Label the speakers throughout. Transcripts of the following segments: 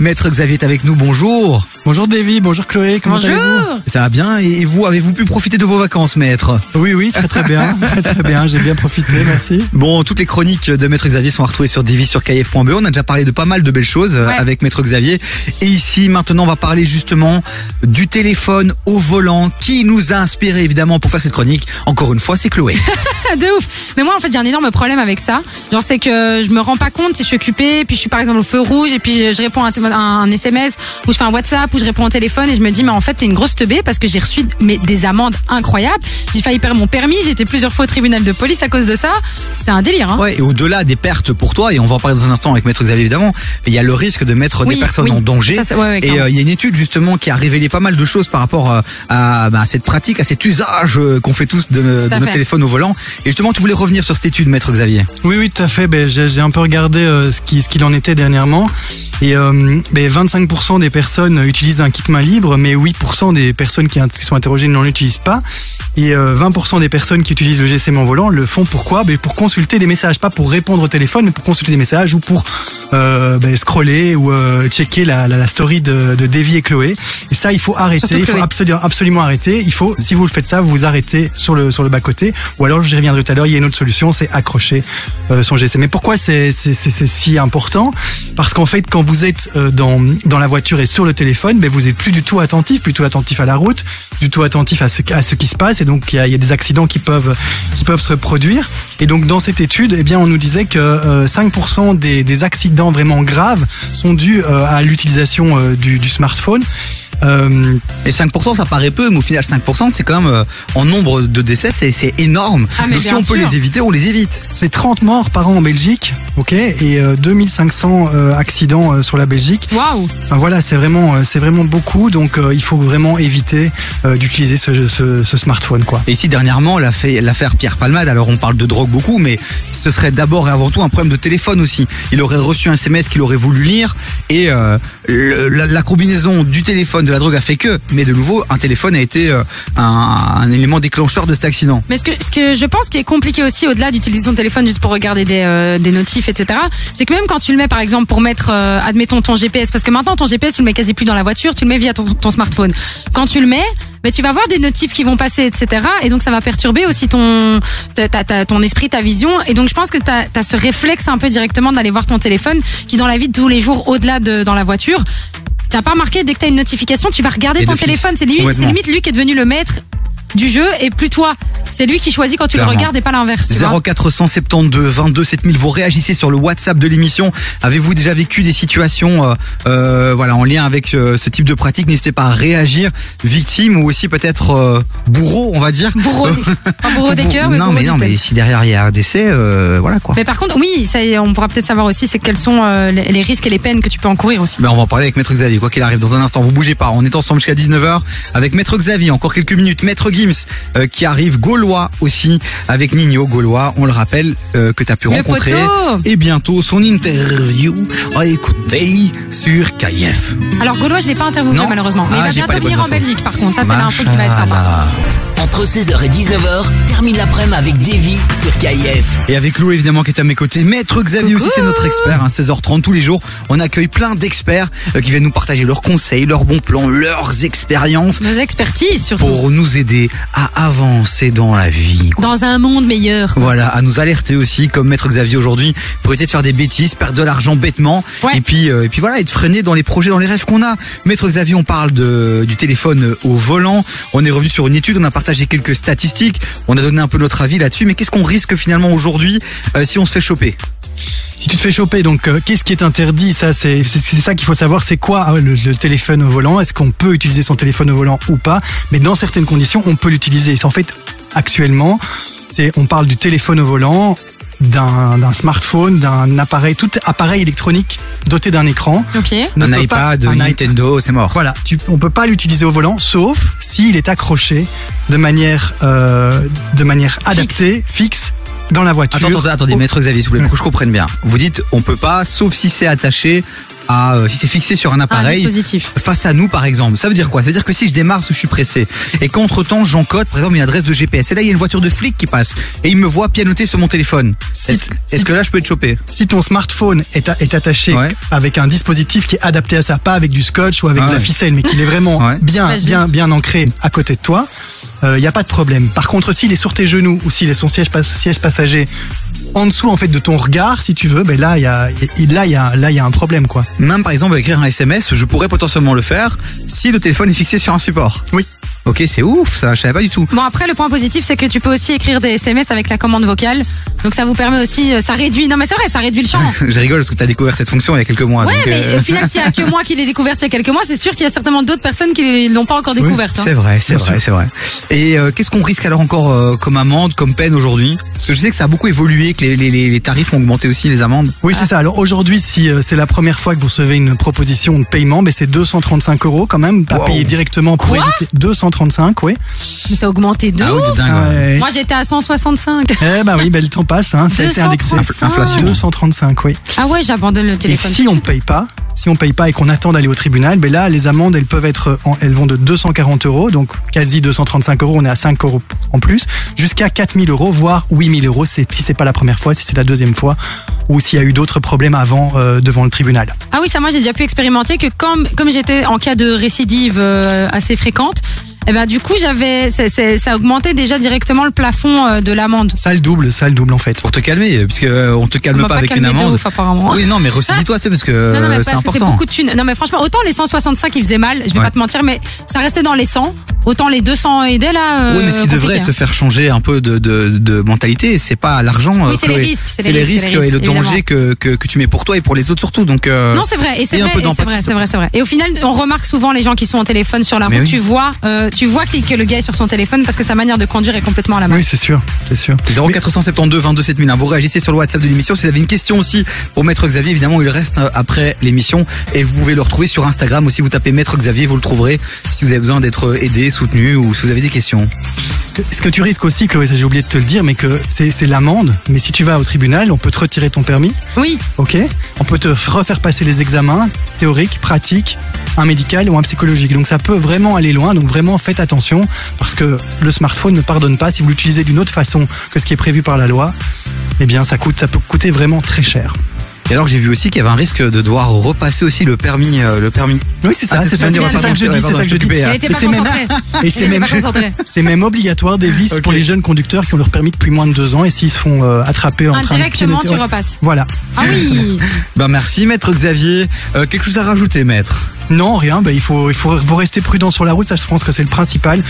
Speaker 1: Maître Xavier est avec nous, bonjour.
Speaker 2: Bonjour Davy, bonjour Chloé, comment allez-vous
Speaker 3: Bonjour
Speaker 1: Ça va bien Et vous, avez-vous pu profiter de vos vacances, maître
Speaker 2: Oui, oui, très très bien, très très bien, j'ai bien profité, merci.
Speaker 1: Bon, toutes les chroniques de Maître Xavier sont à retrouver sur divi sur kf.be. E. On a déjà parlé de pas mal de belles choses euh,
Speaker 3: Ouais.
Speaker 1: avec Maître Xavier. Et ici, maintenant, on va parler justement du téléphone au volant qui nous a inspiré évidemment pour faire cette chronique. Encore une fois, c'est Chloé.
Speaker 3: Ah, De ouf Mais moi en fait j'ai un énorme problème avec ça. Genre c'est que je me rends pas compte si je suis occupée, puis je suis par exemple au feu rouge, et puis je réponds à un, témo- à un SMS, ou je fais un WhatsApp, ou je réponds au téléphone, et je me dis mais en fait t'es une grosse teubée parce que j'ai reçu mais, des amendes incroyables. J'ai failli perdre mon permis, j'ai été plusieurs fois au tribunal de police à cause de ça. C'est un délire hein.
Speaker 1: Ouais, et au-delà des pertes pour toi, et on va en parler dans un instant avec Maître Xavier évidemment, il y a le risque de mettre
Speaker 3: Oui,
Speaker 1: des personnes
Speaker 3: oui.
Speaker 1: en danger.
Speaker 3: Ça, c'est- ouais, ouais,
Speaker 1: et
Speaker 3: clairement.
Speaker 1: euh, il y a une étude justement qui a révélé pas mal de choses par rapport euh, à, bah, à cette pratique, à cet usage euh, qu'on fait tous de,
Speaker 3: à
Speaker 1: de notre
Speaker 3: fait.
Speaker 1: téléphone au volant. Et justement, tu voulais revenir sur cette étude, Maître Xavier.
Speaker 2: Oui, oui, tout à fait, ben, j'ai j'ai un peu regardé euh, ce qu'il ce qu'il en était dernièrement, et euh, ben, 25% des personnes utilisent un kit main libre, mais 8% des personnes qui, int- qui sont interrogées ne l'en utilisent pas, et euh, 20% des personnes qui utilisent le GSM en volant le font pourquoi ben, Pour consulter des messages, pas pour répondre au téléphone, mais pour consulter des messages ou pour euh, ben, scroller ou euh, checker la, la, la story de, de Davy et Chloé, et ça, il faut arrêter,
Speaker 3: Surtout
Speaker 2: il faut
Speaker 3: Chloé.
Speaker 2: absolument, absolument arrêter. Il faut, si vous le faites ça, vous vous arrêtez sur le, sur le bas-côté. Ou alors, j'y reviendrai tout à l'heure, il y a une autre solution, c'est accrocher euh, son GSM. Mais pourquoi c'est c'est- c'est- c'est si important Parce qu'en fait, quand vous êtes euh, dans, dans la voiture et sur le téléphone, ben, vous êtes plus du tout attentif, plutôt attentif à la route, du tout attentif à ce, à ce qui se passe. Et donc, il y a, il y a des accidents qui peuvent, qui peuvent se reproduire. Et donc, dans cette étude, eh bien, on nous disait que euh, 5% des, des accidents vraiment graves sont dus euh, à l'utilisation euh, du, du smartphone. Euh,
Speaker 1: Et 5%, ça paraît peu, mais au final, 5%, c'est quand même euh, en nombre de décès, c'est- c'est énorme.
Speaker 3: Ah, mais
Speaker 1: Donc, si
Speaker 3: bien
Speaker 1: on peut
Speaker 3: sûr.
Speaker 1: les éviter, on les évite.
Speaker 2: C'est 30 morts par an en Belgique, ok, et euh, 2500 euh, accidents euh, sur la Belgique.
Speaker 3: Waouh
Speaker 2: Enfin, voilà, c'est vraiment, euh, c'est vraiment beaucoup, donc euh, il faut vraiment éviter euh, d'utiliser ce, ce, ce smartphone, quoi.
Speaker 1: Et ici, dernièrement, l'affaire l'affaire Pierre Palmade, alors on parle de drogue beaucoup, mais ce serait d'abord et avant tout un problème de téléphone aussi. Il aurait reçu un SMS qu'il aurait voulu lire, et euh, le- la, la combinaison du téléphone, de la drogue a fait que, mais de nouveau, un téléphone a été euh, un, un élément déclencheur de cet accident.
Speaker 3: Mais ce que, ce que je pense qui est compliqué aussi au-delà d'utiliser son téléphone juste pour regarder des, euh, des notifs, etc., c'est que même quand tu le mets par exemple pour mettre, euh, admettons, ton GPS, parce que maintenant ton GPS, tu le mets quasi plus dans la voiture, tu le mets via ton, ton smartphone. Quand tu le mets, mais tu vas voir des notifs qui vont passer, etc. Et donc ça va perturber aussi ton, ta, ta- ta- ton esprit, ta vision. Et donc je pense que tu as, ce réflexe un peu directement d'aller voir ton téléphone qui dans la vie de tous les jours, au-delà de dans la voiture, t'as pas remarqué dès que t'as une notification, tu vas regarder
Speaker 1: Et
Speaker 3: ton
Speaker 1: d'office,
Speaker 3: téléphone. C'est limite, c'est
Speaker 1: complètement.
Speaker 3: limite lui qui est devenu le maître du jeu et plus toi. C'est lui qui choisit quand tu
Speaker 1: Clairement.
Speaker 3: le regardes et pas l'inverse. tu vois.
Speaker 1: 0472 22 7000, vous réagissez sur le WhatsApp de l'émission. Avez-vous déjà vécu des situations euh, euh, voilà, en lien avec euh, ce type de pratique N'hésitez pas à réagir, victime ou aussi peut-être euh, bourreau, on va dire.
Speaker 3: Bourreau, des- pas bourreau des cœurs, mais
Speaker 1: non,
Speaker 3: bourreau
Speaker 1: mais
Speaker 3: du
Speaker 1: non,
Speaker 3: thème.
Speaker 1: mais si derrière il y a un décès, euh, voilà quoi.
Speaker 3: Mais par contre, oui, ça, y est, on pourra peut-être savoir aussi c'est quels sont euh, les, les risques et les peines que tu peux encourir aussi.
Speaker 1: Ben, on va en parler avec Maître Xavier, quoi qu'il arrive, dans un instant. Vous bougez pas, on est ensemble jusqu'à 19h avec Maître Xavier, encore quelques minutes. Maître Gims euh, qui arrive, Gaulois aussi, avec Nino Gaulois, on le rappelle, euh, que tu as pu
Speaker 3: Le
Speaker 1: rencontrer.
Speaker 3: poteau
Speaker 1: Et bientôt son interview à écouter sur KF.
Speaker 3: Alors Gaulois, je l'ai pas interviewé
Speaker 1: Non.
Speaker 3: malheureusement. Mais
Speaker 1: Ah,
Speaker 3: il
Speaker 1: j'ai
Speaker 3: va
Speaker 1: pas les
Speaker 3: bientôt venir
Speaker 1: bonnes
Speaker 3: en
Speaker 1: infos.
Speaker 3: Belgique par contre. Ça, Ah, c'est l'info qui va être sympa.
Speaker 1: Machallah.
Speaker 4: Entre 16h et 19h, termine l'après-midi avec Davy sur KIF.
Speaker 1: Et avec Lou évidemment qui est à mes côtés, Maître Xavier aussi c'est notre expert, hein, 16h30 tous les jours, on accueille plein d'experts euh, qui viennent nous partager leurs conseils, leurs bons plans, leurs expériences
Speaker 3: Nos expertises surtout.
Speaker 1: pour nous aider à avancer dans la vie. quoi.
Speaker 3: Dans un monde meilleur.
Speaker 1: Voilà, à nous alerter aussi, comme Maître Xavier aujourd'hui, pour éviter de faire des bêtises, perdre de l'argent bêtement,
Speaker 3: Ouais.
Speaker 1: et puis euh, et puis voilà, être freiné dans les projets, dans les rêves qu'on a. Maître Xavier, on parle de, du téléphone euh, au volant. On est revenu sur une étude, on a partagé quelques statistiques, on a donné un peu notre avis là-dessus. Mais qu'est-ce qu'on risque finalement aujourd'hui euh, si on se fait choper
Speaker 2: Si tu te fais choper, donc euh, qu'est-ce qui est interdit Ça, c'est c'est- c'est ça qu'il faut savoir. C'est quoi euh, le, le téléphone au volant Est-ce qu'on peut utiliser son téléphone au volant ou pas Mais dans certaines conditions, on peut l'utiliser. C'est en fait actuellement, c'est on parle du téléphone au volant, d'un d'un smartphone, d'un appareil, tout appareil électronique doté d'un écran.
Speaker 3: Ok.
Speaker 2: ne
Speaker 1: Un
Speaker 2: peut pas-
Speaker 1: iPad,
Speaker 2: un iPad.
Speaker 1: Nintendo, c'est mort.
Speaker 2: Voilà, tu, on peut pas l'utiliser au volant, sauf s'il est accroché de manière, euh, de manière adaptée, fixe, dans la voiture.
Speaker 1: Attends, attends, attendez,
Speaker 2: Au-
Speaker 1: Maître Xavier, s'il vous plaît, pour que je comprenne bien. Vous dites, on peut pas, sauf si c'est attaché à euh, si c'est fixé sur un
Speaker 3: Ah,
Speaker 1: appareil
Speaker 3: dispositif.
Speaker 1: face à nous par exemple. Ça veut dire quoi Ça veut dire que si je démarre, je suis pressé et qu'entre temps j'encode par exemple une adresse de GPS et là il y a une voiture de flic qui passe et il me voit pianoter sur mon téléphone.
Speaker 2: Si
Speaker 1: Est-ce
Speaker 2: t-
Speaker 1: est-ce
Speaker 2: si
Speaker 1: que là je peux être chopé
Speaker 2: Si ton smartphone est, a- est attaché
Speaker 1: Ouais.
Speaker 2: avec un dispositif qui est adapté à ça, pas avec du scotch ou avec
Speaker 1: Ah
Speaker 2: de la
Speaker 1: ouais.
Speaker 2: ficelle, mais qu'il est vraiment
Speaker 1: Ouais.
Speaker 2: bien,
Speaker 3: J'imagine.
Speaker 2: bien, bien ancré à côté de toi, il n'y a pas de problème. Par contre, s'il est sur tes genoux ou s'il est sur siège, pas- siège passager, en dessous en fait de ton regard, si tu veux, ben là il y a, il- là il y a, là il y a un problème quoi.
Speaker 1: Même par exemple écrire un SMS, je pourrais potentiellement le faire si le téléphone est fixé sur un support.
Speaker 2: Oui.
Speaker 1: Ok, c'est ouf, ça, je savais pas du tout.
Speaker 3: Bon, après, le point positif, c'est que tu peux aussi écrire des SMS avec la commande vocale. Donc, ça vous permet aussi, euh, ça réduit. Non, mais c'est vrai, ça réduit le champ.
Speaker 1: Je rigole parce que t'as découvert cette fonction il y a quelques mois.
Speaker 3: Ouais,
Speaker 1: donc,
Speaker 3: mais
Speaker 1: euh,
Speaker 3: au final, s'il y a que moi qui l'ai découverte il y a quelques mois, c'est sûr qu'il y a certainement d'autres personnes qui l'ont pas encore découverte. hein.
Speaker 1: C'est vrai, c'est
Speaker 2: Bien
Speaker 1: vrai, c'est vrai. Et euh, qu'est-ce qu'on risque alors encore euh, comme amende, comme peine aujourd'hui Parce que je sais que ça a beaucoup évolué, que les, les- les- les tarifs ont augmenté aussi, les amendes.
Speaker 2: Oui, c'est ça. Alors aujourd'hui, si euh, c'est la première fois que vous recevez une proposition de paiement, ben c'est 235 euros quand même à
Speaker 1: Wow.
Speaker 2: payer directement pour éviter 235, oui.
Speaker 3: Mais ça a augmenté de
Speaker 1: Ah oui,
Speaker 3: ouf.
Speaker 1: c'est dingue. ouais.
Speaker 2: Ouais.
Speaker 3: Moi, j'étais à 165.
Speaker 2: Eh ben oui, ben le temps passe, hein, ça a été indexé.
Speaker 3: 235.
Speaker 1: Inflation.
Speaker 2: 235, oui.
Speaker 3: Ah ouais, j'abandonne le
Speaker 2: Et
Speaker 3: téléphone.
Speaker 2: si on paye pas, si on paye pas et qu'on attend d'aller au tribunal, ben là, les amendes, elles peuvent être, en- elles vont de 240 euros, donc quasi 235 euros, on est à 5 euros en plus, jusqu'à 4000 euros, voire 8000 euros, c'est, si c'est pas la première fois, si c'est la deuxième fois, ou s'il y a eu d'autres problèmes avant, euh, devant le tribunal.
Speaker 3: Ah oui, ça, moi, j'ai déjà pu expérimenter que comme, comme j'étais en cas de récidive euh, assez fréquente, eh ben, du coup, j'avais, c'est- c'est- ça augmentait déjà directement le plafond euh, de l'amende.
Speaker 2: Ça le double, ça le double en fait.
Speaker 1: Pour te calmer, puisque euh, on te
Speaker 3: On
Speaker 1: calme
Speaker 3: m'a
Speaker 1: pas
Speaker 3: pas
Speaker 1: avec une
Speaker 3: calmé de
Speaker 1: amende.
Speaker 3: ouf, apparemment.
Speaker 1: Oui, non, mais ressaisis-toi, tu sais, parce que
Speaker 3: Non, non, mais
Speaker 1: euh, c'est
Speaker 3: parce que c'est
Speaker 1: important.
Speaker 3: beaucoup de thunes. Non, mais franchement, autant les 165 ils faisaient mal, je vais
Speaker 1: Ouais.
Speaker 3: pas te mentir, mais ça restait dans les 100. Autant les 200 et des là. euh,
Speaker 1: oui, mais ce qui
Speaker 3: compliqué,
Speaker 1: devrait
Speaker 3: hein.
Speaker 1: te faire changer un peu de, de, de mentalité, c'est pas l'argent.
Speaker 3: Oui,
Speaker 1: euh,
Speaker 3: c'est les
Speaker 1: Chloé.
Speaker 3: risques, c'est
Speaker 1: C'est les risques et le
Speaker 3: évidemment.
Speaker 1: danger que, que, que tu mets pour toi et pour les autres surtout. Donc, euh,
Speaker 3: Non, c'est vrai, et c'est
Speaker 1: et un
Speaker 3: vrai,
Speaker 1: peu
Speaker 3: et c'est
Speaker 1: d'empathie,
Speaker 3: vrai,
Speaker 1: s'il te
Speaker 3: c'est vrai, c'est vrai. Et au final, on remarque souvent les gens qui sont au téléphone sur la
Speaker 1: Mais
Speaker 3: route.
Speaker 1: oui.
Speaker 3: Tu vois, euh, tu vois que, que le gars est sur son téléphone parce que sa manière de conduire est complètement à la main.
Speaker 2: Oui, c'est sûr, c'est sûr.
Speaker 1: 0472 22 7000. hein. Vous réagissez sur le WhatsApp de l'émission. Si vous avez une question aussi pour Maître Xavier, évidemment, il reste euh, après l'émission. Et vous pouvez le retrouver sur Instagram aussi. Vous tapez Maître Xavier, vous le trouverez si vous avez besoin d'être euh, aidé, soutenu ou si vous avez des questions.
Speaker 2: Ce que, ce que tu risques aussi, Chloé, ça j'ai oublié de te le dire, mais que c'est c'est l'amende. Mais si tu vas au tribunal, on peut te retirer ton permis,
Speaker 3: Oui,
Speaker 2: ok On peut te refaire passer les examens théoriques, pratiques, un médical ou un psychologique. Donc ça peut vraiment aller loin. Donc vraiment faites attention parce que le smartphone ne pardonne pas. Si vous l'utilisez d'une autre façon que ce qui est prévu par la loi, eh bien ça coûte, ça peut coûter vraiment très cher.
Speaker 1: Et alors, j'ai vu aussi qu'il y avait un risque de devoir repasser aussi le permis, euh, le permis.
Speaker 2: Oui, c'est ça,
Speaker 1: Ah,
Speaker 2: c'est ça,
Speaker 1: bien,
Speaker 2: c'est ça que je dis,
Speaker 1: ouais,
Speaker 2: c'est
Speaker 1: pardon,
Speaker 2: ça que je dis.
Speaker 1: t'ai coupé,
Speaker 3: il
Speaker 1: hein.
Speaker 3: était pas
Speaker 2: c'est même-
Speaker 3: concentré.
Speaker 2: Et
Speaker 3: Il
Speaker 2: c'est
Speaker 3: était
Speaker 2: même,
Speaker 3: pas concentré.
Speaker 2: c'est même obligatoire, Davis,
Speaker 1: Ok.
Speaker 2: pour les jeunes conducteurs qui ont leur permis depuis moins de deux ans et s'ils se font euh, attraper en train de
Speaker 3: Indirectement,
Speaker 2: piénoter-
Speaker 3: tu repasses.
Speaker 2: Voilà.
Speaker 3: Ah oui.
Speaker 1: Ben, merci, Maître Xavier. Euh, quelque chose à rajouter, Maître?
Speaker 2: Non, rien. Bah, il faut, il faut, vous rester prudent sur la route. Ça, je pense que c'est le principal.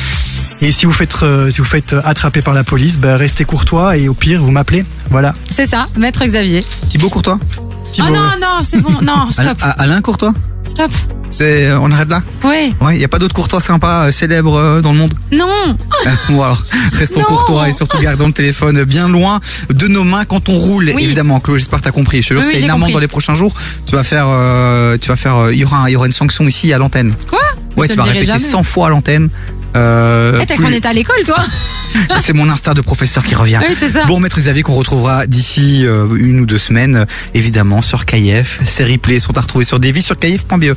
Speaker 2: Et si vous faites, euh, si vous faites attraper par la police, bah, restez courtois et au pire, vous m'appelez. Voilà.
Speaker 3: C'est ça, maître Xavier.
Speaker 1: Thibaut Courtois?
Speaker 3: Oh
Speaker 2: Thibaut,
Speaker 3: non, non, c'est bon. Non,
Speaker 1: Alain,
Speaker 3: stop,
Speaker 1: A- Alain Courtois?
Speaker 3: stop.
Speaker 1: C'est, euh, on arrête là?
Speaker 3: Oui.
Speaker 1: Ouais, il y a pas d'autres Courtois sympas, euh, célèbres euh, dans le monde?
Speaker 3: Non.
Speaker 1: Ah, Bon alors, restons
Speaker 3: Oh Non.
Speaker 1: courtois et surtout gardons le téléphone bien loin de nos mains quand on roule.
Speaker 3: Oui.
Speaker 1: Évidemment, Chloé, j'espère que t'as compris. Je te jure,
Speaker 3: Oui,
Speaker 1: si
Speaker 3: oui,
Speaker 1: t'as une
Speaker 3: j'ai
Speaker 1: amende
Speaker 3: compris.
Speaker 1: dans les prochains jours, tu vas faire, euh, tu vas faire, euh, il y aura, un- il y aura une sanction ici à l'antenne.
Speaker 3: Quoi
Speaker 1: Ouais,
Speaker 3: Je
Speaker 1: tu
Speaker 3: te
Speaker 1: vas
Speaker 3: le dirai
Speaker 1: répéter
Speaker 3: jamais.
Speaker 1: 100 fois à l'antenne. Euh,
Speaker 3: Eh, t'as
Speaker 1: plus-
Speaker 3: qu'on était à l'école, toi
Speaker 1: c'est mon instinct de professeur qui revient.
Speaker 3: Oui, c'est ça.
Speaker 1: Bon, Maître Xavier, qu'on retrouvera euh, d'ici euh, une ou deux semaines, évidemment, sur KF. Ces replays sont à retrouver sur devis sur kf.be.